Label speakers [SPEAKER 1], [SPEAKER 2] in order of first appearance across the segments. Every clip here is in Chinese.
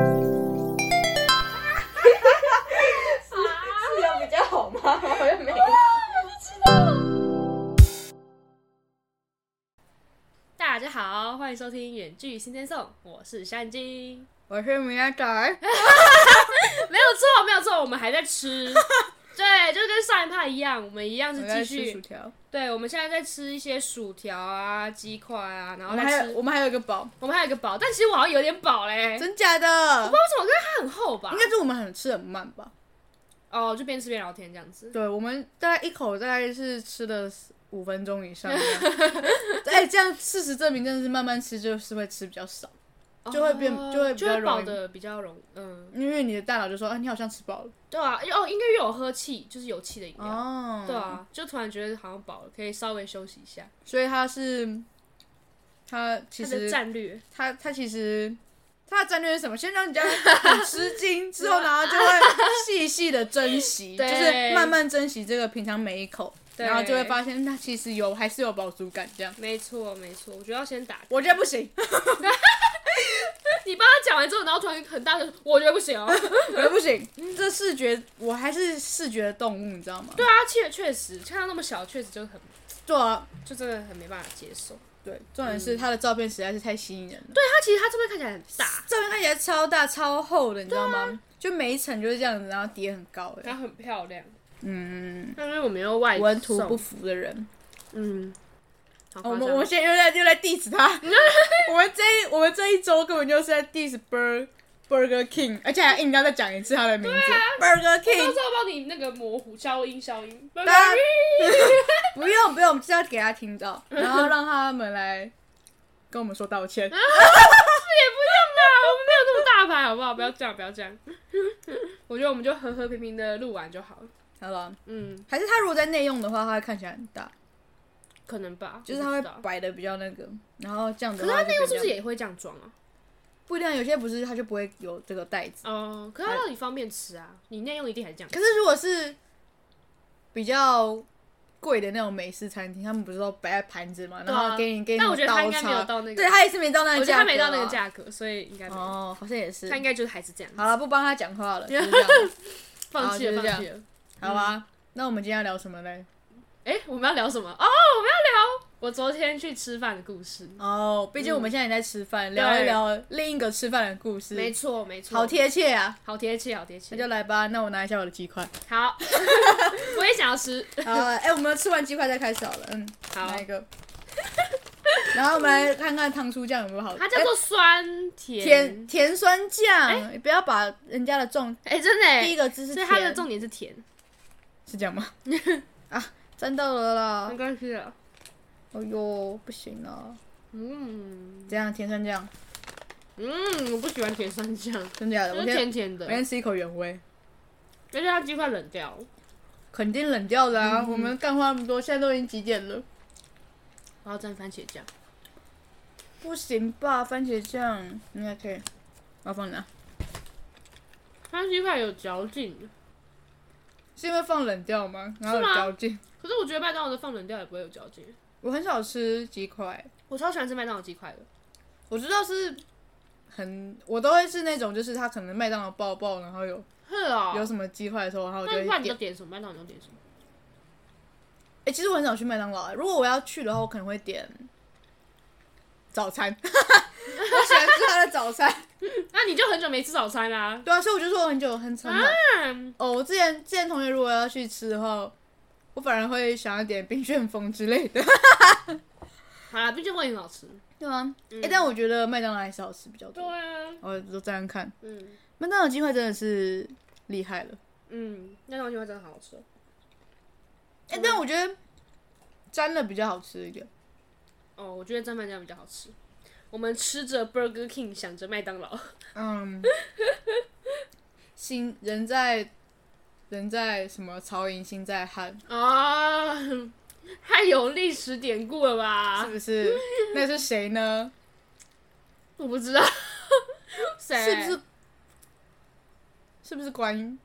[SPEAKER 1] 家好，欢迎收听《远距新天颂》，我是山金，
[SPEAKER 2] 我是米仔仔，
[SPEAKER 1] 没有错，没有错，我们还在 吃，对，就是跟上一趴一样，我们一样
[SPEAKER 2] 我
[SPEAKER 1] 是
[SPEAKER 2] 在
[SPEAKER 1] 继
[SPEAKER 2] 吃薯
[SPEAKER 1] 续，
[SPEAKER 2] 条。
[SPEAKER 1] 对，我们现在在吃一些薯条啊、鸡块啊，然
[SPEAKER 2] 我
[SPEAKER 1] 后
[SPEAKER 2] 们
[SPEAKER 1] 再
[SPEAKER 2] 还
[SPEAKER 1] 吃，哎
[SPEAKER 2] 有我们还有一个宝，
[SPEAKER 1] 我们还有一个饱，但其实我好像有点饱嘞，
[SPEAKER 2] 真假的？
[SPEAKER 1] 为什么？我觉得它很厚吧
[SPEAKER 2] 应？该是我们很吃很慢吧？
[SPEAKER 1] 哦，就边吃边聊天这样子。
[SPEAKER 2] 对，我们大概一口大概是吃了五分钟以 上这样。哎、这样事实证明，真的是慢慢吃就是会吃比较少，就会变
[SPEAKER 1] 哦
[SPEAKER 2] 就会比
[SPEAKER 1] 就
[SPEAKER 2] 较
[SPEAKER 1] 会
[SPEAKER 2] 容
[SPEAKER 1] 饱
[SPEAKER 2] 易
[SPEAKER 1] 的比较容，嗯，
[SPEAKER 2] 因为你的大脑就说啊，你好像吃饱了。
[SPEAKER 1] 对啊，哦，应该又有喝气，就是有气的饮料，
[SPEAKER 2] 哦
[SPEAKER 1] 对，啊，就突然觉得好像饱了，可以稍微休息一下。
[SPEAKER 2] 所以它是它其
[SPEAKER 1] 它的
[SPEAKER 2] 实
[SPEAKER 1] 战略，
[SPEAKER 2] 它它其实。它的战略是什么？先让人家很吃惊，之后然后就会细细的 珍惜，就
[SPEAKER 1] 对
[SPEAKER 2] 是慢慢珍惜这个平常每一口，
[SPEAKER 1] 对
[SPEAKER 2] 然后就会发现它其实有还是有饱足感这样。
[SPEAKER 1] 没错没错，我觉得要先打。
[SPEAKER 2] 我觉得 不行，
[SPEAKER 1] 你帮他讲完之后，然后突然很大声，我觉得不行哦。
[SPEAKER 2] 我觉得不行，嗯这视觉我还是视觉的动物，你知道吗？
[SPEAKER 1] 对啊，确确实看到那么小，确实就很
[SPEAKER 2] 对啊，
[SPEAKER 1] 就真的很没办法接受。
[SPEAKER 2] 对，重点
[SPEAKER 1] 嗯
[SPEAKER 2] 是它的照片实在是太吸引人了。
[SPEAKER 1] 对它其实它这边看起来很大，
[SPEAKER 2] 照片看起来超大超厚的，你知道
[SPEAKER 1] 啊
[SPEAKER 2] 吗？就每一层就是这样子，然后叠很高的。
[SPEAKER 1] 然后很漂亮，
[SPEAKER 2] 嗯，
[SPEAKER 1] 但是我们又外
[SPEAKER 2] 文图
[SPEAKER 1] 送
[SPEAKER 2] 不符的人，
[SPEAKER 1] 嗯。好
[SPEAKER 2] 哦我
[SPEAKER 1] 夸
[SPEAKER 2] 们
[SPEAKER 1] 张
[SPEAKER 2] 我们现在又在又在 diss 他。我们这一我们这一周根本就是在 diss Burger Burger King，而且还硬要再讲一次他的名字、Burger
[SPEAKER 1] 啊到
[SPEAKER 2] King
[SPEAKER 1] 时。候帮你那个模糊消音消音，拜
[SPEAKER 2] 大
[SPEAKER 1] 拜
[SPEAKER 2] 家不用不用，我们就是要给他听 到，然后让他们来跟我们说道
[SPEAKER 1] 啊
[SPEAKER 2] 歉。
[SPEAKER 1] 我们没有那么大牌，好不好？不要这样，不要这样。我觉得我们就和和平平的录完就好了。
[SPEAKER 2] 好了，
[SPEAKER 1] 嗯，
[SPEAKER 2] 还是他如果在内用的话，他会看起来很大，
[SPEAKER 1] 可能吧，
[SPEAKER 2] 就是
[SPEAKER 1] 我
[SPEAKER 2] 他
[SPEAKER 1] 不知
[SPEAKER 2] 会
[SPEAKER 1] 道
[SPEAKER 2] 摆的比较那个，然后这样
[SPEAKER 1] 可
[SPEAKER 2] 的
[SPEAKER 1] 是
[SPEAKER 2] 话
[SPEAKER 1] 他
[SPEAKER 2] 就比较。
[SPEAKER 1] 内用是不是也会这样装啊？
[SPEAKER 2] 不一定？有些不是，他就不会有这个袋子。
[SPEAKER 1] 哦，可是它让你方便吃啊，你内用一定还是这样。
[SPEAKER 2] 可是如果是比较贵的那种美式餐厅，他们不是都摆在盘子嘛，
[SPEAKER 1] 对
[SPEAKER 2] 然
[SPEAKER 1] 啊
[SPEAKER 2] 后给你给你
[SPEAKER 1] 但我觉得他
[SPEAKER 2] 倒
[SPEAKER 1] 应该没有
[SPEAKER 2] 插，
[SPEAKER 1] 到那个，
[SPEAKER 2] 对他也是没到那
[SPEAKER 1] 我
[SPEAKER 2] 个
[SPEAKER 1] 觉得
[SPEAKER 2] 价格，啊
[SPEAKER 1] 他没到那个。价格，所以应该没有。
[SPEAKER 2] 哦，好像也是
[SPEAKER 1] 他。应该就是还是这样，
[SPEAKER 2] 好了，不帮他讲 话了，就是这样
[SPEAKER 1] 放弃了，
[SPEAKER 2] 好就是
[SPEAKER 1] 放弃了。
[SPEAKER 2] 好吧？那我们今天要聊什么嘞？
[SPEAKER 1] 哎，我们要聊什么？哦，我们要聊我昨天去吃饭的故事。
[SPEAKER 2] 哦，毕竟我们现在也在吃饭，聊一聊另一个吃饭的故
[SPEAKER 1] 没
[SPEAKER 2] 事，
[SPEAKER 1] 错，没错，
[SPEAKER 2] 好贴切啊！
[SPEAKER 1] 好贴切，好贴切
[SPEAKER 2] 那。就来吧，那我拿一下我的 鸡块。
[SPEAKER 1] 好，我也想要吃。
[SPEAKER 2] 好，哎，我们吃完鸡块再开始好了，嗯，
[SPEAKER 1] 好
[SPEAKER 2] 拿一个。 然后我们来看看糖醋酱有没有好，
[SPEAKER 1] 它叫做酸哎甜
[SPEAKER 2] 甜甜酸酱，你不要把人家的重
[SPEAKER 1] 哎、真的、
[SPEAKER 2] 第
[SPEAKER 1] 欸，
[SPEAKER 2] 一个字是
[SPEAKER 1] 所以
[SPEAKER 2] 甜，
[SPEAKER 1] 它的重点是甜，
[SPEAKER 2] 是这 样吗？啊，沾到了啦！
[SPEAKER 1] 关系啊。
[SPEAKER 2] 哎呦，不行了，
[SPEAKER 1] 嗯
[SPEAKER 2] 怎样甜酸酱？
[SPEAKER 1] 嗯，我不喜欢甜酸酱，
[SPEAKER 2] 真假的？
[SPEAKER 1] 就
[SPEAKER 2] 呃我
[SPEAKER 1] 是甜
[SPEAKER 2] 先
[SPEAKER 1] 甜的
[SPEAKER 2] 我，先吃一口原味，
[SPEAKER 1] 而且它鸡块冷掉。
[SPEAKER 2] 肯定冷掉的
[SPEAKER 1] 嗯
[SPEAKER 2] 啊！我们干花那么多，现在都已经几点了？
[SPEAKER 1] 我要蘸番茄酱，
[SPEAKER 2] 不行吧，番茄酱应该可以。我要放哪？
[SPEAKER 1] 它鸡块有嚼劲，
[SPEAKER 2] 是因为放冷掉吗？然后有
[SPEAKER 1] 是吗
[SPEAKER 2] 嚼劲。
[SPEAKER 1] 可是我觉得麦当劳的放冷掉也不会有嚼劲。
[SPEAKER 2] 我很少吃鸡块，
[SPEAKER 1] 我超喜欢吃麦当劳鸡块的，
[SPEAKER 2] 我知道是很，我都会是那种，就是它可能麦当劳爆爆，然后有
[SPEAKER 1] 是哦。
[SPEAKER 2] 有什么鸡块的时候，然后我就
[SPEAKER 1] 那
[SPEAKER 2] 会
[SPEAKER 1] 你饭你
[SPEAKER 2] 点
[SPEAKER 1] 都点什么？麦当劳你都点什么？
[SPEAKER 2] 哎、其实我很少去麦当劳、欸。如果我要去的话，我可能会点早餐。 我喜欢吃他的早餐。
[SPEAKER 1] 那、你就很久没吃早餐啦、
[SPEAKER 2] 对啊，所以我就说我很久很常买。
[SPEAKER 1] 嗯，
[SPEAKER 2] 哦，我之前之前同学如果要去吃的话，我反而会想要点冰旋风之类 的。
[SPEAKER 1] 好啦，毕竟会很好吃。
[SPEAKER 2] 对啊，哎、但我觉得麦当劳还是好吃比较
[SPEAKER 1] 对
[SPEAKER 2] 多。
[SPEAKER 1] 啊，
[SPEAKER 2] 我都这样看，
[SPEAKER 1] 嗯
[SPEAKER 2] 麦当劳鸡块真的是厉害了。
[SPEAKER 1] 嗯，麦当劳鸡块真的好好吃哦。嗯
[SPEAKER 2] 哎、但我觉得沾了比较好吃一点。
[SPEAKER 1] 哦，我觉得蘸麦酱比较好吃。我们吃着 Burger King，想着麦当劳。
[SPEAKER 2] 嗯，心人在人在什么曹营心在汉，
[SPEAKER 1] 啊，太有历史典故了吧
[SPEAKER 2] 是？不是？那是谁呢？
[SPEAKER 1] 我不知道，谁？
[SPEAKER 2] 是不是？是不是关羽？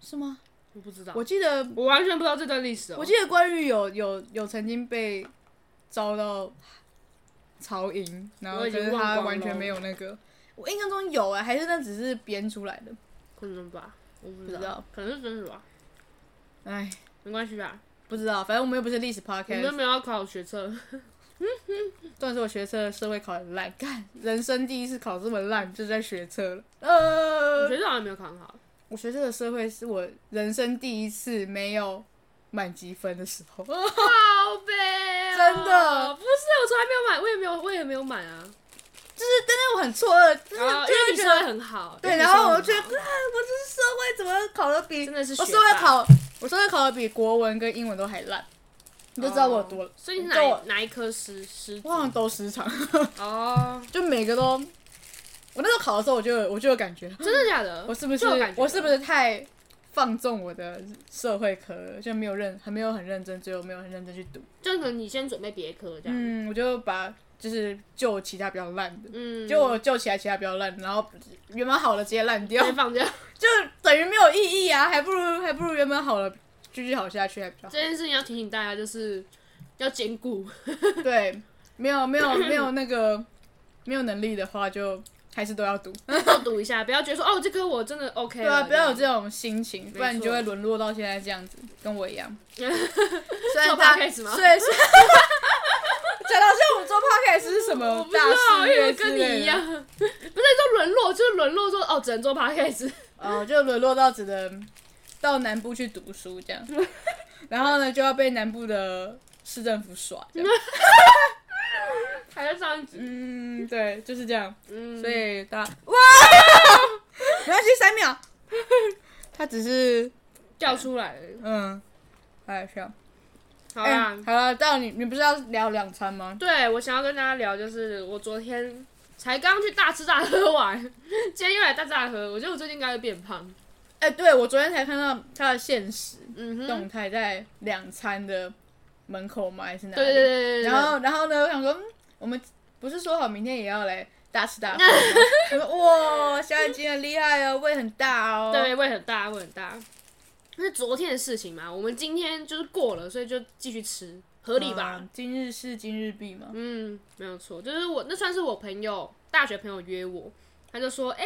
[SPEAKER 2] 是吗？
[SPEAKER 1] 我不知道，
[SPEAKER 2] 我记得，
[SPEAKER 1] 我完全不知道这段历史哦。
[SPEAKER 2] 我记得关羽有有有曾经被招到曹营，然后
[SPEAKER 1] 我已
[SPEAKER 2] 就
[SPEAKER 1] 经
[SPEAKER 2] 是
[SPEAKER 1] 忘
[SPEAKER 2] 他
[SPEAKER 1] 光
[SPEAKER 2] 完全
[SPEAKER 1] 了
[SPEAKER 2] 没有那个。我印象中有哎、还是那只是编出来的。
[SPEAKER 1] 可能吧，我不
[SPEAKER 2] 不知道，
[SPEAKER 1] 可能是真的吧，
[SPEAKER 2] 哎，
[SPEAKER 1] 没关系吧。
[SPEAKER 2] 不知道，反正我们又不是历史
[SPEAKER 1] 我们都
[SPEAKER 2] podcast，
[SPEAKER 1] 没有要考学测，
[SPEAKER 2] 但是我学测社会考得很烂，干人生第一次考这么烂，就是在学测了。呃
[SPEAKER 1] 我，觉得好像没有考很好，
[SPEAKER 2] 我学测的社会是我人生第一次没有满积分的时 候。
[SPEAKER 1] 好呗、
[SPEAKER 2] 真的
[SPEAKER 1] 不是，我从来没有买，我也没有，我也没有买啊，
[SPEAKER 2] 但我很错愕，就是、
[SPEAKER 1] 然后啊因
[SPEAKER 2] 就
[SPEAKER 1] 为
[SPEAKER 2] 是
[SPEAKER 1] 你
[SPEAKER 2] 觉
[SPEAKER 1] 说
[SPEAKER 2] 得
[SPEAKER 1] 的很好，
[SPEAKER 2] 对，
[SPEAKER 1] 因为
[SPEAKER 2] 然
[SPEAKER 1] 你
[SPEAKER 2] 后
[SPEAKER 1] 说
[SPEAKER 2] 我
[SPEAKER 1] 得
[SPEAKER 2] 觉得，
[SPEAKER 1] 很
[SPEAKER 2] 啊，
[SPEAKER 1] 好
[SPEAKER 2] 我这是社会怎么考的比
[SPEAKER 1] 真的是
[SPEAKER 2] 我
[SPEAKER 1] 学
[SPEAKER 2] 社会
[SPEAKER 1] 霸
[SPEAKER 2] 考，我社会考的比国文跟英文都还烂，你就知道我有多
[SPEAKER 1] 哦所以你
[SPEAKER 2] 你知道
[SPEAKER 1] 哪
[SPEAKER 2] 我
[SPEAKER 1] 哪一科失失
[SPEAKER 2] 我好像都失常，
[SPEAKER 1] 哦，
[SPEAKER 2] 就每个都。我那时候考的时候，我就有我就有感觉，
[SPEAKER 1] 真的假的？
[SPEAKER 2] 我是不是
[SPEAKER 1] 就有感觉
[SPEAKER 2] 我是不是太放纵我的社会科了，就没有认还没有很认真，最后没有很认真去读。
[SPEAKER 1] 就可能你先准备别科这样，
[SPEAKER 2] 嗯，我就把就是救其他比较烂的，
[SPEAKER 1] 嗯，
[SPEAKER 2] 就我救起来其他比较烂，然后原本好的直接烂掉
[SPEAKER 1] 先，放假。
[SPEAKER 2] 就等于没有意义啊，还不如还不如原本好了继续好下去还比 较好。
[SPEAKER 1] 这件事情要提醒大家，就是要兼顾，
[SPEAKER 2] 对，没有没有没有那个没有能力的话，就还是都要读。
[SPEAKER 1] 要读一下，不要觉得说哦，这科我真的 OK
[SPEAKER 2] 对啊，
[SPEAKER 1] 了
[SPEAKER 2] 不要有
[SPEAKER 1] 这
[SPEAKER 2] 这种心情，不然你
[SPEAKER 1] 没错
[SPEAKER 2] 就会沦落到现在这样子，跟我一 样。
[SPEAKER 1] 样
[SPEAKER 2] 虽然
[SPEAKER 1] 做
[SPEAKER 2] 大
[SPEAKER 1] podcast 吗
[SPEAKER 2] 对，是讲到这，我们做 podcast 是什
[SPEAKER 1] 我
[SPEAKER 2] 么
[SPEAKER 1] 不知
[SPEAKER 2] 大
[SPEAKER 1] 道，
[SPEAKER 2] 事
[SPEAKER 1] 因为
[SPEAKER 2] 业
[SPEAKER 1] 跟
[SPEAKER 2] 之
[SPEAKER 1] 你
[SPEAKER 2] 类
[SPEAKER 1] 一样，
[SPEAKER 2] 的？
[SPEAKER 1] 不是说沦落，就是沦落说哦，只能做 podcast，
[SPEAKER 2] 哦，就沦落到只能到南部去读书这样， 然后呢就要被南部的市政府耍这 样。
[SPEAKER 1] 还要上一集，
[SPEAKER 2] 嗯，对，就是这样。
[SPEAKER 1] 嗯，
[SPEAKER 2] 所以大 哇，没关系，三秒。他只是
[SPEAKER 1] 叫出来了，
[SPEAKER 2] 嗯，哎笑。
[SPEAKER 1] 好
[SPEAKER 2] 哎、
[SPEAKER 1] 啦，
[SPEAKER 2] 好了，到你，你不是要聊两餐吗？
[SPEAKER 1] 对我想要跟大家聊，就是我昨天才刚去大吃大喝完，今天又来大吃大喝，我觉得我最近应该会变胖，
[SPEAKER 2] 哎、对我昨天才看到他的现实
[SPEAKER 1] 嗯哼，
[SPEAKER 2] 动态，在两餐的门口吗？还是哪里？
[SPEAKER 1] 对对对对对，
[SPEAKER 2] 然后，然后呢？我想说，嗯我们不是说好明天也要来大吃大喝 吗？我说哇，小眼睛很厉害哦，胃很大哦。
[SPEAKER 1] 对，胃很大，胃很大。那是昨天的事情嘛，我们今天就是过了，所以就继续吃，合
[SPEAKER 2] 合
[SPEAKER 1] 理吧？
[SPEAKER 2] 今日事今日毕嘛。
[SPEAKER 1] 嗯没有错，就是我那算是我朋友大学朋友约我，他就说，哎、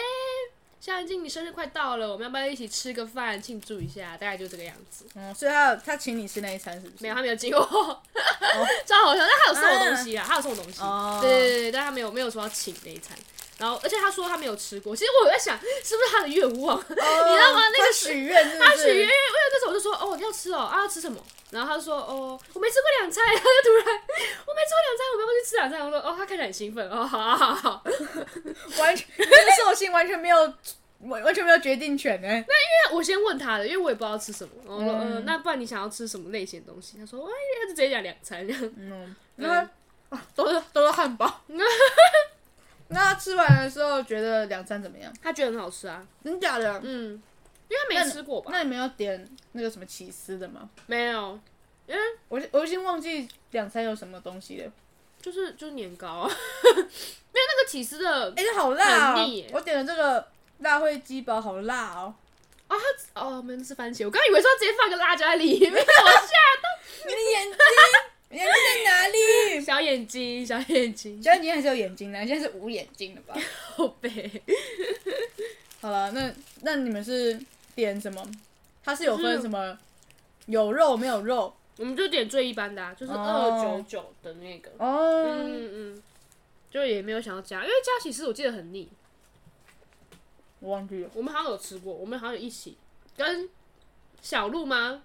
[SPEAKER 1] 夏元静，你生日快到了，我们要不要一起吃个饭庆祝一下？大概就这个样子。
[SPEAKER 2] 嗯，所以他有他请你吃那一餐是不是？
[SPEAKER 1] 没有，他没有请我， 超好笑。但他有送我东西啊，他有送我东西。
[SPEAKER 2] 哦
[SPEAKER 1] 对对对对，但他没有没有说要请那一餐。然后，而且他说他没有吃过。其实我有在想，是不是他的愿望？
[SPEAKER 2] 你
[SPEAKER 1] 知道吗那个
[SPEAKER 2] 哦许愿是不是，
[SPEAKER 1] 他许愿，因为那时候我就说哦要吃哦啊要吃什么，然后他就说哦我没吃过两餐，他就突然我没吃过两餐，我们要不要去吃两餐？我说哦他看起来很兴奋哦好好好好，
[SPEAKER 2] 完全那个寿星完全没有完完全没有决定权呢、
[SPEAKER 1] 那 我先问他的，因为我也不知道吃什么，我说嗯、
[SPEAKER 2] 嗯
[SPEAKER 1] 呃那不然你想要吃什么类型的东西？他说哎他就直接讲两餐这样，
[SPEAKER 2] 嗯，那、啊、都是都是汉 堡。那吃完的时候觉得两餐怎么样？
[SPEAKER 1] 他觉得很好吃啊，
[SPEAKER 2] 真假的？
[SPEAKER 1] 嗯，因为他没吃过吧？
[SPEAKER 2] 那你们有点那个什么起司的吗？
[SPEAKER 1] 没有，
[SPEAKER 2] 我已我已经忘记两餐有什么东西了。
[SPEAKER 1] 就是就是年糕啊， 因为那个起司的
[SPEAKER 2] 哎、这好辣、
[SPEAKER 1] 很
[SPEAKER 2] 哦
[SPEAKER 1] 腻耶
[SPEAKER 2] 我点的这个辣烩鸡堡好辣哦！
[SPEAKER 1] 哦没有那是番茄，我刚以为说直接放个辣椒在里面，
[SPEAKER 2] 你的眼睛，你的眼睛在哪里？
[SPEAKER 1] 小眼睛小眼睛，
[SPEAKER 2] 觉得你还是有眼睛的，你现在是无眼睛的吧？
[SPEAKER 1] 后背。
[SPEAKER 2] 好了，那那你们是点什么？它是有分什么有肉没有肉？
[SPEAKER 1] 我们就点最一般的、啊，就是二九
[SPEAKER 2] 哦
[SPEAKER 1] 九的那个。
[SPEAKER 2] 哦
[SPEAKER 1] 嗯嗯嗯，就也没有想要加，因为加起司我记得很腻。
[SPEAKER 2] 我忘记了。
[SPEAKER 1] 我们好像有吃过，我们好像有一起跟小鹿吗？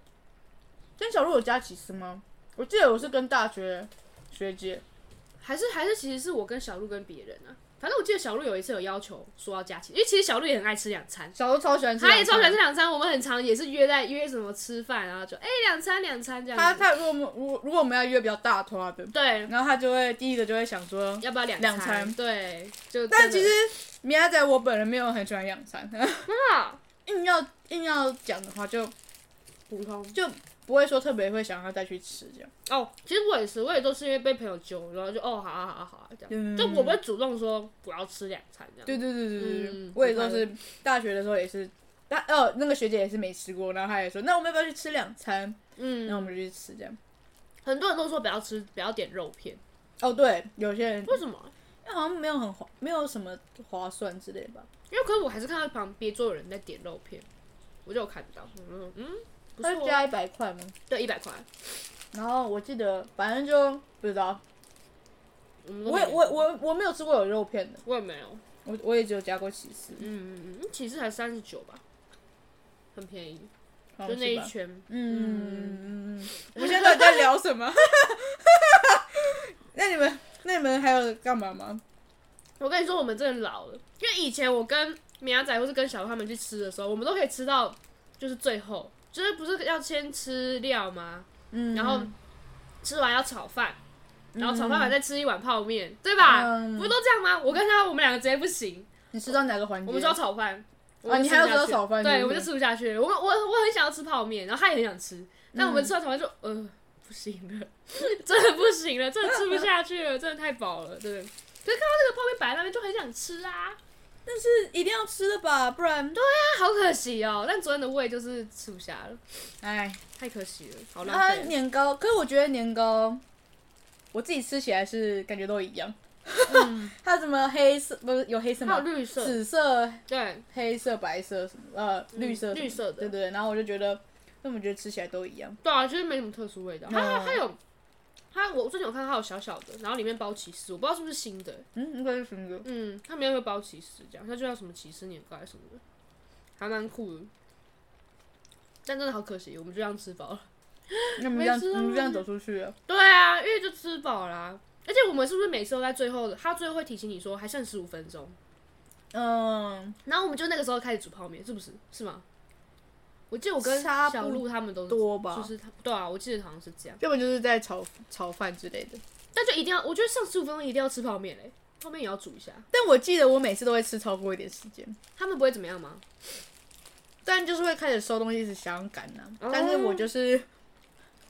[SPEAKER 2] 跟小鹿有加起司吗？我记得我是跟大学学姐，
[SPEAKER 1] 还是还是其实是我跟小鹿跟别人啊？反正我记得小鹿有一次有要求说要加起，因为其实小鹿也很爱吃两餐。
[SPEAKER 2] 小鹿超喜欢吃，
[SPEAKER 1] 他也超喜欢吃。两餐，我们很常也是约在约什么吃饭，然后就哎两、餐两餐这
[SPEAKER 2] 他
[SPEAKER 1] 样子。
[SPEAKER 2] 他如果我们如如果我们要约比较大拖的，
[SPEAKER 1] 对，
[SPEAKER 2] 然后他就会第一个就会想说，
[SPEAKER 1] 要不要两
[SPEAKER 2] 两餐
[SPEAKER 1] 对，就真
[SPEAKER 2] 但
[SPEAKER 1] 的
[SPEAKER 2] 其实米亚仔我本人没有很喜欢养蚕，
[SPEAKER 1] 啊
[SPEAKER 2] 硬要硬要讲的话就
[SPEAKER 1] 普通。
[SPEAKER 2] 就不会说特别会想要再去吃这样。
[SPEAKER 1] 哦，其实我也是，我也都是因为被朋友揪，然后就哦，好啊好啊好啊这样，
[SPEAKER 2] 嗯
[SPEAKER 1] 就我不会主动说我要吃两餐这样。
[SPEAKER 2] 对对对对对，
[SPEAKER 1] 嗯
[SPEAKER 2] 对，我也都是大学的时候也是，大哦那个学姐也是没吃过，然后她也说，那我们要不要去吃两餐？然后我
[SPEAKER 1] 嗯，
[SPEAKER 2] 们就去吃这样。
[SPEAKER 1] 很多人都说不要吃，不要点肉片，
[SPEAKER 2] 哦，对，有些人
[SPEAKER 1] 为什么？
[SPEAKER 2] 好像没有很划，没有什么划算之类吧。
[SPEAKER 1] 因为可是我还是看到旁边桌有人在点肉片，我就有看到，嗯嗯，不
[SPEAKER 2] 他
[SPEAKER 1] 是
[SPEAKER 2] 就
[SPEAKER 1] 我，
[SPEAKER 2] 加一百块吗？
[SPEAKER 1] 对，一百块，
[SPEAKER 2] 然后我记得，反正就不知道，
[SPEAKER 1] 嗯我们都
[SPEAKER 2] 我也我我我没有吃过有肉片的，
[SPEAKER 1] 我也没有，
[SPEAKER 2] 我我也只有加过起司，
[SPEAKER 1] 嗯嗯嗯，其实才三十九吧，很便宜，
[SPEAKER 2] 好
[SPEAKER 1] 就那一
[SPEAKER 2] 吃吧
[SPEAKER 1] 圈。
[SPEAKER 2] 嗯，嗯嗯嗯我们现在到底在聊什么？ 那你们那你们还有干嘛吗？
[SPEAKER 1] 我跟你说，我们真的老了，因为以前我跟米亚仔或是跟小鹿他们去吃的时候，我们都可以吃到就是最后，就是不是要先吃料吗？
[SPEAKER 2] 嗯嗯
[SPEAKER 1] 然后吃完要炒饭，然后炒饭完
[SPEAKER 2] 正
[SPEAKER 1] 再吃一碗泡面，对吧？
[SPEAKER 2] 嗯
[SPEAKER 1] 不是都这样吗？我跟他我们两个直接不行，
[SPEAKER 2] 你吃到哪个环节？
[SPEAKER 1] 我们说要炒饭，我
[SPEAKER 2] 啊，
[SPEAKER 1] 们
[SPEAKER 2] 你
[SPEAKER 1] 就吃
[SPEAKER 2] 还
[SPEAKER 1] 不
[SPEAKER 2] 要
[SPEAKER 1] 下
[SPEAKER 2] 吃到
[SPEAKER 1] 去
[SPEAKER 2] 炒饭？
[SPEAKER 1] 对，
[SPEAKER 2] 不
[SPEAKER 1] 我就吃不下去了。我我我很想要吃泡面，然后他也很想吃，但我
[SPEAKER 2] 嗯
[SPEAKER 1] 们吃完炒饭就呃不行了， 真的不行了，真的吃不下去了，真的太饱了，对。 可是看到那个泡面摆在那边就很想吃啊，
[SPEAKER 2] 但是一定要吃的吧，不然对，
[SPEAKER 1] 但好可惜哦。但昨天的胃就是吃不下了，
[SPEAKER 2] 哎，
[SPEAKER 1] 太可惜了，好浪
[SPEAKER 2] 那
[SPEAKER 1] 费。
[SPEAKER 2] 年糕，可是我觉得年糕，我自己吃起来是感觉都一样。 它什么黑色不是有黑色
[SPEAKER 1] 嗯还有
[SPEAKER 2] 吗？
[SPEAKER 1] 绿色，
[SPEAKER 2] 紫色、
[SPEAKER 1] 对，嗯
[SPEAKER 2] 黑色、白色什么呃绿色什么
[SPEAKER 1] 绿色的
[SPEAKER 2] 对对。对然后我就觉得，嗯那我觉得吃起来都一样。
[SPEAKER 1] 对啊，就是没什么特殊味道。它
[SPEAKER 2] 嗯
[SPEAKER 1] 它它有，它我最近有看到它有小小的，然后里面包起司，我不知道是不是新的、
[SPEAKER 2] 嗯，应该是什么？
[SPEAKER 1] 嗯，它里面会包起司，这样它就叫什么起司年糕还是什么的，还蛮酷的。但真的好可惜，我们就这样吃饱了。
[SPEAKER 2] 那我们这样，
[SPEAKER 1] 没吃啊
[SPEAKER 2] 我们这样走出去了，
[SPEAKER 1] 对啊，因为就吃饱啦、而且我们是不是每次都在最后的？他最后会提醒你说还剩十五分钟，
[SPEAKER 2] 嗯，
[SPEAKER 1] 然后我们就那个时候开始煮泡面，是不是？是吗？我记得我跟
[SPEAKER 2] 差不
[SPEAKER 1] 小鹿他们都是
[SPEAKER 2] 多吧
[SPEAKER 1] 就是他对啊，我记得好像是这样。
[SPEAKER 2] 要不然就是在炒炒饭之类的。
[SPEAKER 1] 但就一定要，我觉得上十五分钟一定要吃泡面嘞、泡面也要煮一下。
[SPEAKER 2] 但我记得我每次都会吃超过一点时间，
[SPEAKER 1] 他们不会怎么样吗？
[SPEAKER 2] 但就是会开始收东西，一直想赶呢、
[SPEAKER 1] 哦
[SPEAKER 2] 但是我就是，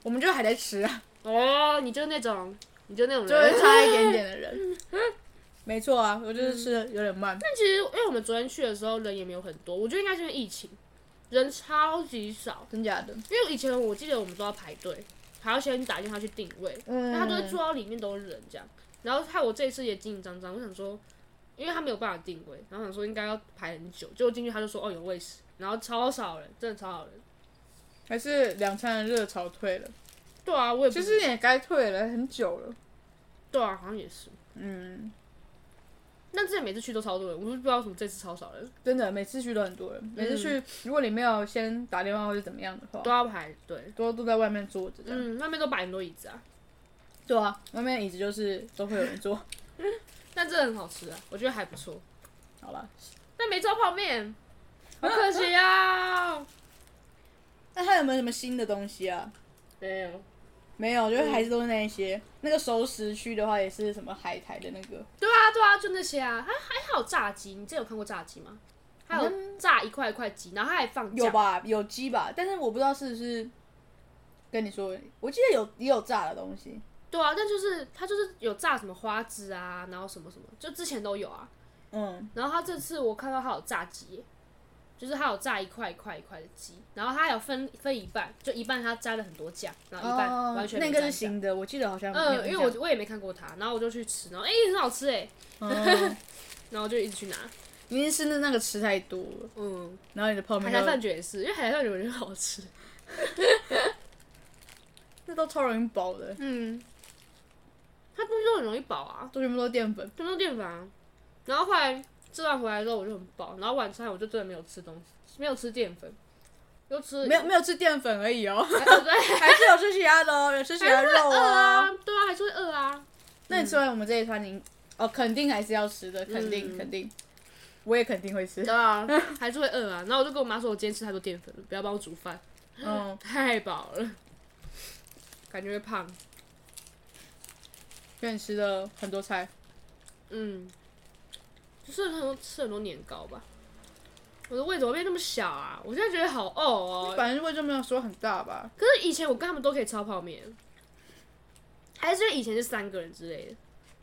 [SPEAKER 2] 我们就还在吃啊，
[SPEAKER 1] 哦，你就是那种，你就那种
[SPEAKER 2] 就会
[SPEAKER 1] 人。
[SPEAKER 2] 差一点点的人。 没错啊，我就是吃的有点慢。
[SPEAKER 1] 但其实，因为我们昨天去的时候人也没有很多，我觉得应该是因为疫情，人超级少。
[SPEAKER 2] 真假的？
[SPEAKER 1] 因为以前我记得我们都要排队，还要先打电话去定位，
[SPEAKER 2] 嗯
[SPEAKER 1] 那他都会坐到里面都是人这样。然后害我这一次也紧紧张张，我想说，因为他没有办法定位，然后想说应该要排很久，结果进去他就说哦有位置，然后超少人，真的超少人。
[SPEAKER 2] 还是两餐的热潮退了，
[SPEAKER 1] 对啊，我也不
[SPEAKER 2] 其实也该退了，很久了。
[SPEAKER 1] 对啊，好像也是。
[SPEAKER 2] 嗯，
[SPEAKER 1] 但之前每次去都超多人，我就不知道为什么这次超少人，
[SPEAKER 2] 真的，每次去都很多人，每次去、如果你没有先打电话或者怎么样的话
[SPEAKER 1] 都，要排队。
[SPEAKER 2] 都都在外面坐哦着这样。
[SPEAKER 1] 嗯，那边都摆很多椅子啊，
[SPEAKER 2] 对啊，外面椅子就是都会有人坐。
[SPEAKER 1] 但真的很好吃啊，我觉得还不错。
[SPEAKER 2] 好了，
[SPEAKER 1] 但没吃到泡 面，好可惜啊！
[SPEAKER 2] 那还有没有什么新的东西啊？
[SPEAKER 1] 没有，
[SPEAKER 2] 没有，就是还是都是那一些。那个熟食区的话，也是什么海苔的那个，
[SPEAKER 1] 对啊，对啊，就那些啊，还还还有炸鸡，你之前有看过炸鸡吗？还有炸一块一块鸡，然后它还放
[SPEAKER 2] 有
[SPEAKER 1] 酱，
[SPEAKER 2] 吧，有鸡吧，但是我不知道是不是跟你说，我记得有也有炸的东西，
[SPEAKER 1] 对啊，但就是它就是有炸什么花枝啊，然后什么什么，就之前都有啊。
[SPEAKER 2] 嗯，
[SPEAKER 1] 然后它这次我看到它有炸鸡耶，就是它有炸一块一块一块的鸡，然后它还有分分一半，就一半它加了很多酱，然后一半
[SPEAKER 2] 哦
[SPEAKER 1] 完全
[SPEAKER 2] 那
[SPEAKER 1] 没
[SPEAKER 2] 个
[SPEAKER 1] 沾
[SPEAKER 2] 是
[SPEAKER 1] 酱。
[SPEAKER 2] 新的，我记得好像没有
[SPEAKER 1] 嗯，因为我
[SPEAKER 2] 这样
[SPEAKER 1] 我也没看过它，然后我就去吃，然后哎、很好吃哎，
[SPEAKER 2] 嗯，
[SPEAKER 1] 然后我就一直去拿，
[SPEAKER 2] 一定是那那个吃太多了，
[SPEAKER 1] 嗯，
[SPEAKER 2] 然后你的泡
[SPEAKER 1] 海
[SPEAKER 2] 面
[SPEAKER 1] 苔
[SPEAKER 2] 都
[SPEAKER 1] 饭卷也是，因为海苔饭卷我觉得很好吃，
[SPEAKER 2] 那都超容易饱的，
[SPEAKER 1] 嗯，它东西都很容易饱啊，
[SPEAKER 2] 都全部都淀粉，
[SPEAKER 1] 全部都淀粉啊。然后后来吃完回来之后我就很饱，然后晚餐我就真的没有吃东西，没有吃淀粉，就吃
[SPEAKER 2] 没有没有吃淀粉而已哦，
[SPEAKER 1] 哎对，
[SPEAKER 2] 还是有吃其他的哦，有吃其他肉
[SPEAKER 1] 饿
[SPEAKER 2] 哦。
[SPEAKER 1] 啊，对啊，还是会饿啊。
[SPEAKER 2] 那你吃完我们这一餐，你哦肯定还是要吃的，肯定
[SPEAKER 1] 嗯
[SPEAKER 2] 肯定，我也肯定会 吃，
[SPEAKER 1] 对啊，还是会饿啊。然后我就跟我妈说，我今天吃太多淀粉了，不要帮我煮饭，
[SPEAKER 2] 嗯。
[SPEAKER 1] 太饱了，感觉会胖。
[SPEAKER 2] 因为你吃了很多菜，
[SPEAKER 1] 嗯，就是很多吃很多年糕吧。我的胃怎么变那么小啊？我现在觉得好饿哦。
[SPEAKER 2] 反正味就没有说很大吧。
[SPEAKER 1] 可是以前我跟他们都可以超泡面，还是因为以前是三个人之类的，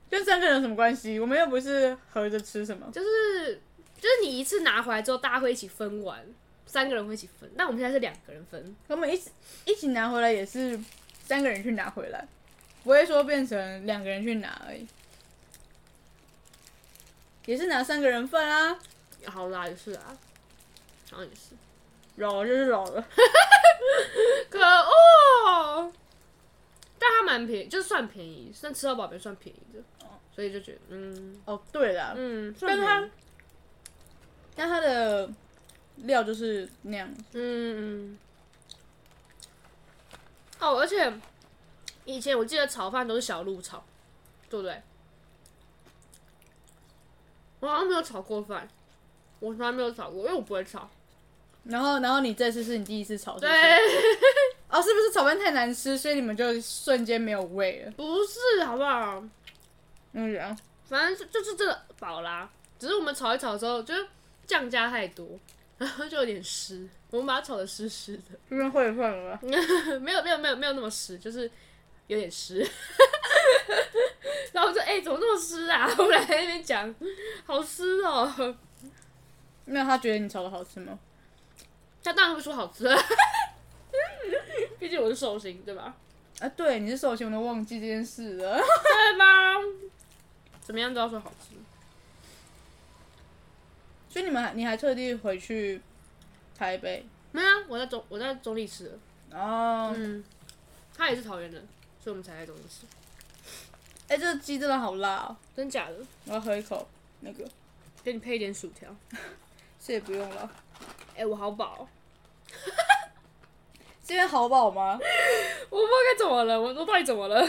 [SPEAKER 2] 跟三个人有什么关系？我们又不是合着吃什么。
[SPEAKER 1] 就是就是你一次拿回来之后，大家会一起分完，三个人会一起分。但我们现在是两个人分，
[SPEAKER 2] 我们一起一起拿回来也是三个人去拿回来，不会说变成两个人去拿而已。也是拿三个人份啊，
[SPEAKER 1] 好啦，也是啊，好像也是。
[SPEAKER 2] 老就是老了。
[SPEAKER 1] 可恶！但但它蛮便宜，就是算便宜，算吃到饱也算便宜的，所以就觉得嗯
[SPEAKER 2] 哦，对啦，
[SPEAKER 1] 嗯，算
[SPEAKER 2] 但是
[SPEAKER 1] 便宜
[SPEAKER 2] 它但它的料就是那样，
[SPEAKER 1] 嗯嗯。哦，而且以前我记得炒饭都是小鹿炒，对不对？我好像没有炒过饭，我从来没有炒过，因为我不会炒。
[SPEAKER 2] 然后然后你这次是你第一次炒，是不是
[SPEAKER 1] 对，
[SPEAKER 2] 哦，是不是炒饭太难吃，所以你们就瞬间没有味了？
[SPEAKER 1] 不是，好不好？
[SPEAKER 2] 嗯，然后
[SPEAKER 1] 反正就就是这个饱啦。只是我们炒一炒的时候，就是酱加太多， 然后就有点湿。我们把它炒的湿湿的，
[SPEAKER 2] 这边会放了吧，
[SPEAKER 1] 没有没有没有没有那么湿，就是有点湿。 然后我就哎、怎么那么湿啊？ 我们俩在那边讲，好湿哦、
[SPEAKER 2] 那他觉得你炒的好吃吗？
[SPEAKER 1] 他当然会说好吃，啊 毕竟我是寿星，对吧？
[SPEAKER 2] 啊，对，你是首先我都忘记这件事了。
[SPEAKER 1] 对吧？怎么样都要说好吃。
[SPEAKER 2] 所以你们还你还特地回去台北，哦
[SPEAKER 1] 没有啊，我在中我在中立吃的，
[SPEAKER 2] 然后
[SPEAKER 1] 嗯，他也是桃园人，所以我们才在中立吃。
[SPEAKER 2] 哎、这个鸡真的好辣、哦，
[SPEAKER 1] 真假的？
[SPEAKER 2] 我要喝一口那个，
[SPEAKER 1] 给你配一点薯条。
[SPEAKER 2] 这也不用了，
[SPEAKER 1] 哎、我好饱哦，
[SPEAKER 2] 这边好饱吗？
[SPEAKER 1] 我不知道该怎么了，我我到底怎么了？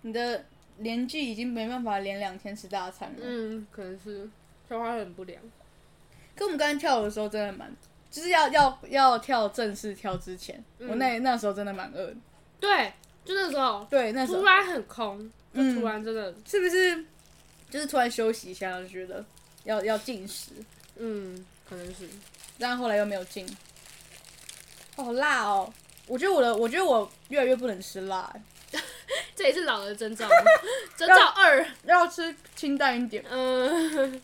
[SPEAKER 2] 你的连剧已经没办法连两天吃大餐了。
[SPEAKER 1] 嗯，可能是消化很不良。
[SPEAKER 2] 跟我们刚才跳舞的时候真的蛮，就是要要要跳正式跳之前，
[SPEAKER 1] 嗯
[SPEAKER 2] 我那那时候真的蛮饿的。
[SPEAKER 1] 对，就那时候
[SPEAKER 2] 对，那时候
[SPEAKER 1] 突然很空，就
[SPEAKER 2] 嗯
[SPEAKER 1] 突然真的，
[SPEAKER 2] 是不是就是突然休息一下，就觉得要要进食，
[SPEAKER 1] 嗯，可能是，
[SPEAKER 2] 但后来又没有进。哦好辣哦！我觉得我的，我觉得我越来越不能吃辣、欸，
[SPEAKER 1] 这也是老的征 兆吗，征兆二。
[SPEAKER 2] 要吃清淡一点。
[SPEAKER 1] 嗯，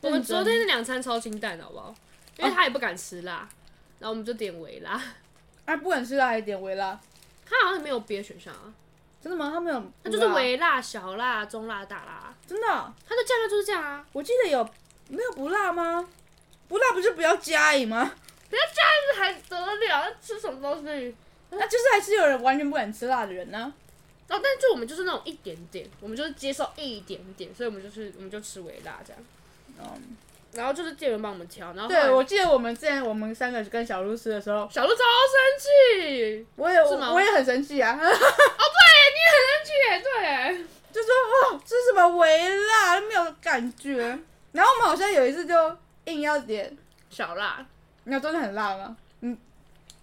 [SPEAKER 1] 我们
[SPEAKER 2] 认真
[SPEAKER 1] 昨天那两餐超清淡的，好不好？因为他也不敢吃辣，然后我们就点微辣。
[SPEAKER 2] 啊，不敢吃辣一点微辣，
[SPEAKER 1] 他好像没有别的选项啊，
[SPEAKER 2] 真的吗？他没有，
[SPEAKER 1] 他就是微辣、小辣、中辣、大辣，
[SPEAKER 2] 真的啊、
[SPEAKER 1] 他的酱料就是这样啊。
[SPEAKER 2] 我记得有没有不辣吗？不辣不就不要加而已吗？
[SPEAKER 1] 这还得了？吃什么东西？
[SPEAKER 2] 那就是还是有人完全不敢吃辣的人呢、
[SPEAKER 1] 哦，但就我们就是那种一点点，我们就是接受一点点，所以我们就是我们就吃微辣这样。
[SPEAKER 2] 嗯，然
[SPEAKER 1] 然后就是店员帮我们挑，然后后
[SPEAKER 2] 对，
[SPEAKER 1] 来
[SPEAKER 2] 我记得我们之前我们三个跟小鹿吃的时候，
[SPEAKER 1] 小鹿超生气，
[SPEAKER 2] 我也
[SPEAKER 1] 是吗
[SPEAKER 2] 我我也很生气啊，
[SPEAKER 1] 对对，
[SPEAKER 2] 就说哦，这是什么微辣，没有感觉。然后我们好像有一次就硬要点，
[SPEAKER 1] 小辣。
[SPEAKER 2] 你知道真的很辣吗？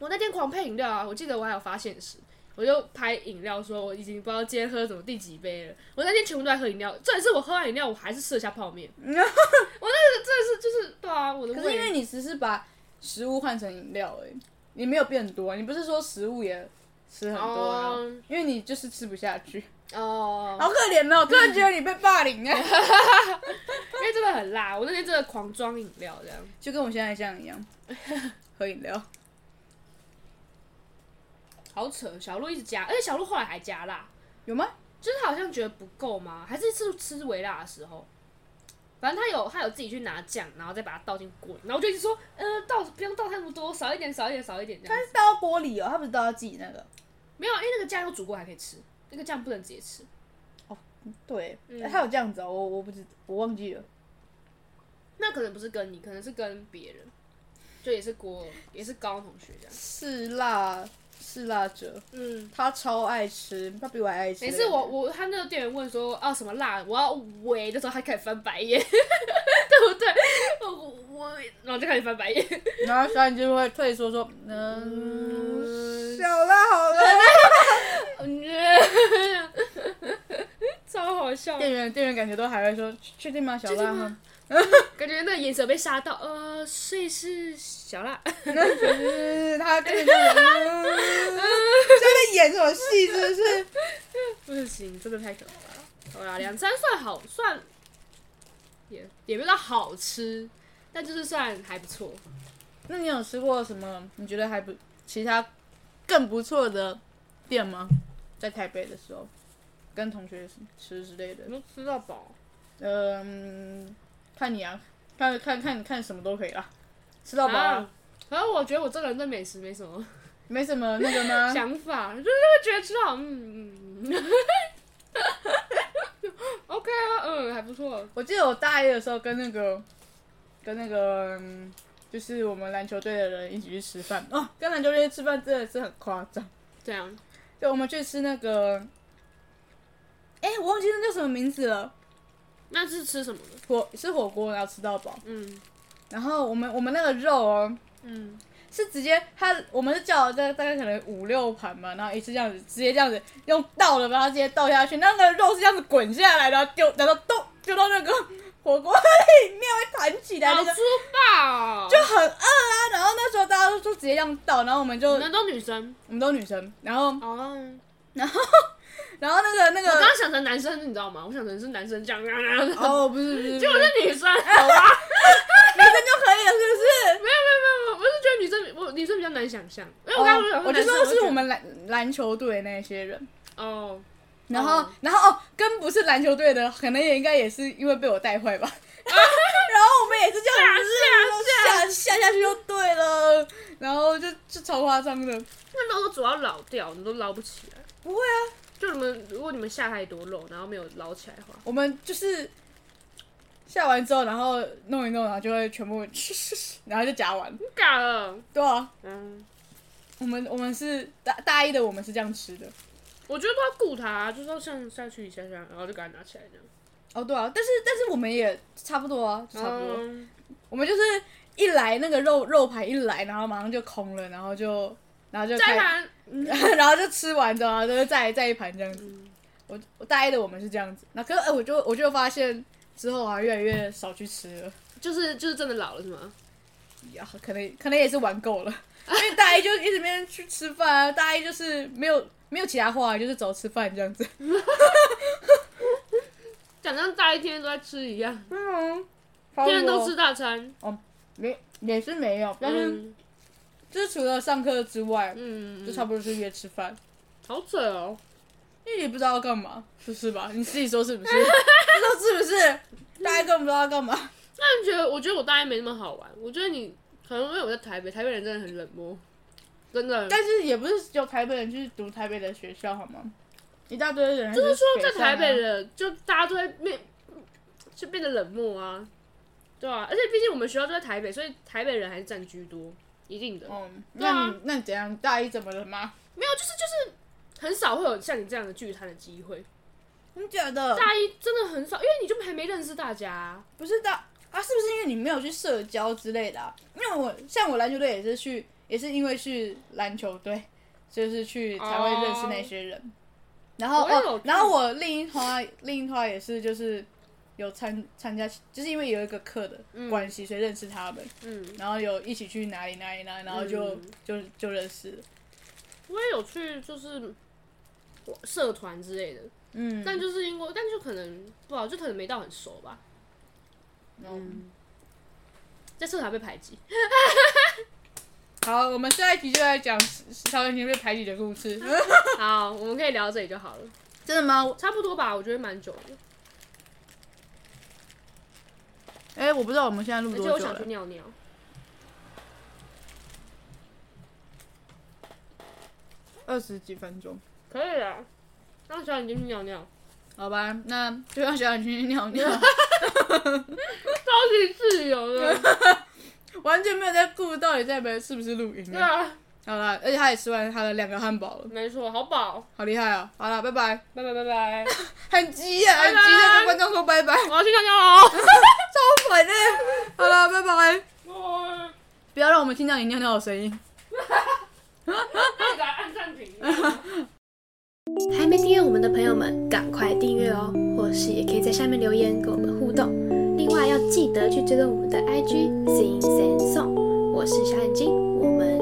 [SPEAKER 1] 我那天狂配饮料啊，我记得我还有发现时，我就拍饮料说我已经不知道今天喝什么第几杯了。我那天全部都在喝饮料，这也是我喝完饮料我还是吃了下泡 面。我那个真的是就是对啊，我的
[SPEAKER 2] 可是因
[SPEAKER 1] 胃
[SPEAKER 2] 为你只是把食物换成饮料而已，你没有变多，你不是说食物也吃很多啊？
[SPEAKER 1] 哦
[SPEAKER 2] 因为你就是吃不下去，
[SPEAKER 1] 哦，
[SPEAKER 2] 好可怜 哦！真的觉得你被霸凌啊，
[SPEAKER 1] 因为真的很辣，我那天真的狂装饮料这样。
[SPEAKER 2] 就跟我现在这样一 样，喝饮料。
[SPEAKER 1] 好扯，小鹿一直加，而且小鹿后来还加辣，
[SPEAKER 2] 有吗？
[SPEAKER 1] 就是好像觉得不够吗？还是是吃微辣的时候？反正他有他有自己去拿酱，然后再把它倒进锅里，然后我就一直说，呃，倒不用倒太么多，少一点，少一点，少一点这样
[SPEAKER 2] 它。是倒到锅里哦，它不是倒到自己那个。
[SPEAKER 1] 没有，因为那个酱要煮过还可以吃，那个酱不能直接吃。
[SPEAKER 2] 对，
[SPEAKER 1] 嗯
[SPEAKER 2] 它有这样子哦，我我不知我忘记了。
[SPEAKER 1] 那可能不是跟你，可能是跟别人，就也是国也是高中同学这样。
[SPEAKER 2] 是辣是辣者，
[SPEAKER 1] 嗯，
[SPEAKER 2] 他超爱吃，他比我还爱吃。
[SPEAKER 1] 每次我我他那个店员问说啊什么辣，我要喂的时候，他开始翻白眼， 对不对？我我然后就开始翻白眼。
[SPEAKER 2] 然后小眼就会退缩说，嗯，小辣好了。
[SPEAKER 1] 超好笑，
[SPEAKER 2] 店员店员感觉都还会说，确确定吗？小辣吗？
[SPEAKER 1] 感觉那个眼神被杀到，呃，所以是小辣，
[SPEAKER 2] 嗯，他根本就嗯， 在演什么戏，真的是。
[SPEAKER 1] 不行，真的太可怕了。好啦，两餐算好，算也也不知道好吃，但就是算还不错。
[SPEAKER 2] 那你有吃过什么你觉得还不其他更不错的店吗？在台北的时候，跟同学吃之类的。
[SPEAKER 1] 都吃到饱，
[SPEAKER 2] 嗯，看你啊，看看看看什么都可以啦，吃到饱啊
[SPEAKER 1] 啊。可是我觉得我这个人对美食没什么
[SPEAKER 2] 没什么那个吗？
[SPEAKER 1] 想法，就是会觉得吃好，嗯嗯嗯 ，OK 啊，嗯，还不错，
[SPEAKER 2] 我记得我大一的时候跟那个跟那个、嗯就是我们篮球队的人一起去吃饭哦，跟篮球队吃饭真的是很夸张。
[SPEAKER 1] 这样
[SPEAKER 2] 对，我们去吃那个，哎、我忘记那叫什么名字了，
[SPEAKER 1] 那是吃什么的？
[SPEAKER 2] 火是火锅，然后吃到饱。
[SPEAKER 1] 嗯
[SPEAKER 2] 然后我们我们那个肉哦，
[SPEAKER 1] 嗯，
[SPEAKER 2] 是直接他我们是叫了大概大概可能五六盘嘛，然后一次这样子直接这样子用倒的把它直接倒下去，那个肉是这样子滚下来，然后丢然后咚丢到那个火锅里面会弹起来，
[SPEAKER 1] 好
[SPEAKER 2] 啊那个
[SPEAKER 1] 粗暴、哦，
[SPEAKER 2] 就很饿啊。然后那时候大家都就直接这样倒，然后我们就
[SPEAKER 1] 你们都女生
[SPEAKER 2] 我们都女生，然后
[SPEAKER 1] 哦。
[SPEAKER 2] 然后那个那
[SPEAKER 1] 我刚
[SPEAKER 2] 个
[SPEAKER 1] 刚想成男生，你知道吗？我想成是男生这样， 就
[SPEAKER 2] 哦不哦是不是，不是
[SPEAKER 1] 是女生，好吧？
[SPEAKER 2] 女生就可以了是不是？
[SPEAKER 1] 没有没有没有，我是觉得女生，我女生比较难想象，因为我刚刚
[SPEAKER 2] 哦
[SPEAKER 1] 有
[SPEAKER 2] 我就
[SPEAKER 1] 男生
[SPEAKER 2] 说是
[SPEAKER 1] 觉得
[SPEAKER 2] 我们篮篮球队那些人。
[SPEAKER 1] 哦，
[SPEAKER 2] 然后，
[SPEAKER 1] 哦
[SPEAKER 2] 然后哦，跟不是篮球队的，可能也应该也是因为被我 带坏吧。然后我们也是这
[SPEAKER 1] 啊
[SPEAKER 2] 样下下下去就对了，然后就就超夸张的。
[SPEAKER 1] 那肉都主要老掉，你都捞不起来。
[SPEAKER 2] 不会啊，
[SPEAKER 1] 就你们，如果你们下太多肉，然后没有捞起来的话，
[SPEAKER 2] 我们就是下完之后，然后弄一弄，然后就会全部， 然后就夹完。
[SPEAKER 1] 不敢了。
[SPEAKER 2] 对啊，
[SPEAKER 1] 嗯，
[SPEAKER 2] 我们我们是大大一的，我们是这样吃的。
[SPEAKER 1] 我觉得都要顾它、就是要像下去一下下，然后就赶快拿起来这样。
[SPEAKER 2] 哦，对啊，但是但是我们也差不多啊，就差不多。
[SPEAKER 1] 嗯
[SPEAKER 2] 我们就是一来那个肉肉排一来，然后马上就空了，然后就然后就
[SPEAKER 1] 再
[SPEAKER 2] 开
[SPEAKER 1] 看，嗯
[SPEAKER 2] 然后就吃完之后，然后就再再一盘这样子。我我大一的我们是这样子，那可是、呃我就我就发现之后啊，越来越少去吃了，
[SPEAKER 1] 就是就是真的老了是吗？
[SPEAKER 2] 呀，可能可能也是玩够了， 因为大一就一直没人去吃饭啊，大一就是没有没有其他话，就是走吃饭这样子。
[SPEAKER 1] 讲像大一天天都在吃一样，
[SPEAKER 2] 嗯，
[SPEAKER 1] 天天都吃大餐。
[SPEAKER 2] 没也是没有，但是、
[SPEAKER 1] 嗯
[SPEAKER 2] 就是除了上课之外，
[SPEAKER 1] 嗯，
[SPEAKER 2] 就差不多是约吃饭，
[SPEAKER 1] 好扯哦。
[SPEAKER 2] 因为也不知道要干嘛，不是吧？你自己说是 不是？你说是不是？大家根本不知道要干嘛。
[SPEAKER 1] 但觉得，我觉得我大一没那么好玩。我觉得你可能因为我在台北，台北人真的很冷漠，真的。
[SPEAKER 2] 但是也不是只有台北人去读台北的学校好吗？一大堆人就是
[SPEAKER 1] 就
[SPEAKER 2] 啊
[SPEAKER 1] 是说，在台北的就大家都会变，就变得冷漠啊，对啊。而且毕竟我们学校就在台北，所以台北人还是占居多，一定的。
[SPEAKER 2] 嗯，
[SPEAKER 1] 对
[SPEAKER 2] 那
[SPEAKER 1] 啊
[SPEAKER 2] 你那你怎样？大一怎么了吗？
[SPEAKER 1] 没有，就是就是很少会有像你这样的聚餐的机会。
[SPEAKER 2] 你觉得
[SPEAKER 1] 大一真的很少，因为你就还没认识大家啊、
[SPEAKER 2] 不是大啊？是不是因为你没有去社交之类的、啊？因为我像我篮球队也是去，也是因为去篮球队， 就是去才会认识那些人。然后
[SPEAKER 1] 我也有
[SPEAKER 2] 哦
[SPEAKER 1] 去，
[SPEAKER 2] 然后我另一团另一团也是就是有参参加，就是因为有一个课的关系，所以认识他们。
[SPEAKER 1] 嗯，
[SPEAKER 2] 然后有一起去哪里哪里哪里，然后就、
[SPEAKER 1] 嗯
[SPEAKER 2] 就就认识了。
[SPEAKER 1] 我也有去就是社团之类的，
[SPEAKER 2] 嗯，
[SPEAKER 1] 但就是因为，但就可能不好，就可能没到很熟吧。
[SPEAKER 2] 嗯，
[SPEAKER 1] 在社团被排挤，
[SPEAKER 2] 好，我们下一集就来讲曹元琴被排挤的故事。
[SPEAKER 1] 啊
[SPEAKER 2] 嗯
[SPEAKER 1] 好，我们可以聊到这里就好了，
[SPEAKER 2] 真的吗？
[SPEAKER 1] 差不多吧，我觉得蛮久的，
[SPEAKER 2] 哎、我不知道我们现在录
[SPEAKER 1] 而
[SPEAKER 2] 多
[SPEAKER 1] 且我
[SPEAKER 2] 久
[SPEAKER 1] 想去
[SPEAKER 2] 了。
[SPEAKER 1] 尿尿。
[SPEAKER 2] 二十几分钟。
[SPEAKER 1] 可以了，
[SPEAKER 2] 啊
[SPEAKER 1] 让小眼睛去尿尿，
[SPEAKER 2] 好吧，那就让小眼去尿尿，
[SPEAKER 1] 啊超级自由的。
[SPEAKER 2] 嗯完全没有在顾到底在没是不是录音
[SPEAKER 1] 对
[SPEAKER 2] 啊。
[SPEAKER 1] 啊，
[SPEAKER 2] 好了，而且他也吃完他的两个汉堡了，
[SPEAKER 1] 没错，好饱，
[SPEAKER 2] 好厉害啊！好了，拜拜。
[SPEAKER 1] 拜拜拜拜，
[SPEAKER 2] 很急呀、很
[SPEAKER 1] 拜
[SPEAKER 2] 急的跟观众说拜拜，
[SPEAKER 1] 我要去尿尿了
[SPEAKER 2] 超烦的、好了，拜 拜，
[SPEAKER 1] 哦。
[SPEAKER 2] 不要让我们听到你尿尿的声音。
[SPEAKER 1] 那你按暂停。
[SPEAKER 3] 还没订阅我们的朋友们，赶快订阅哦！或是也可以在下面留言跟我们互动。另外要记得去追踪我们的 IG Sing Sing Song，我是小眼睛，我们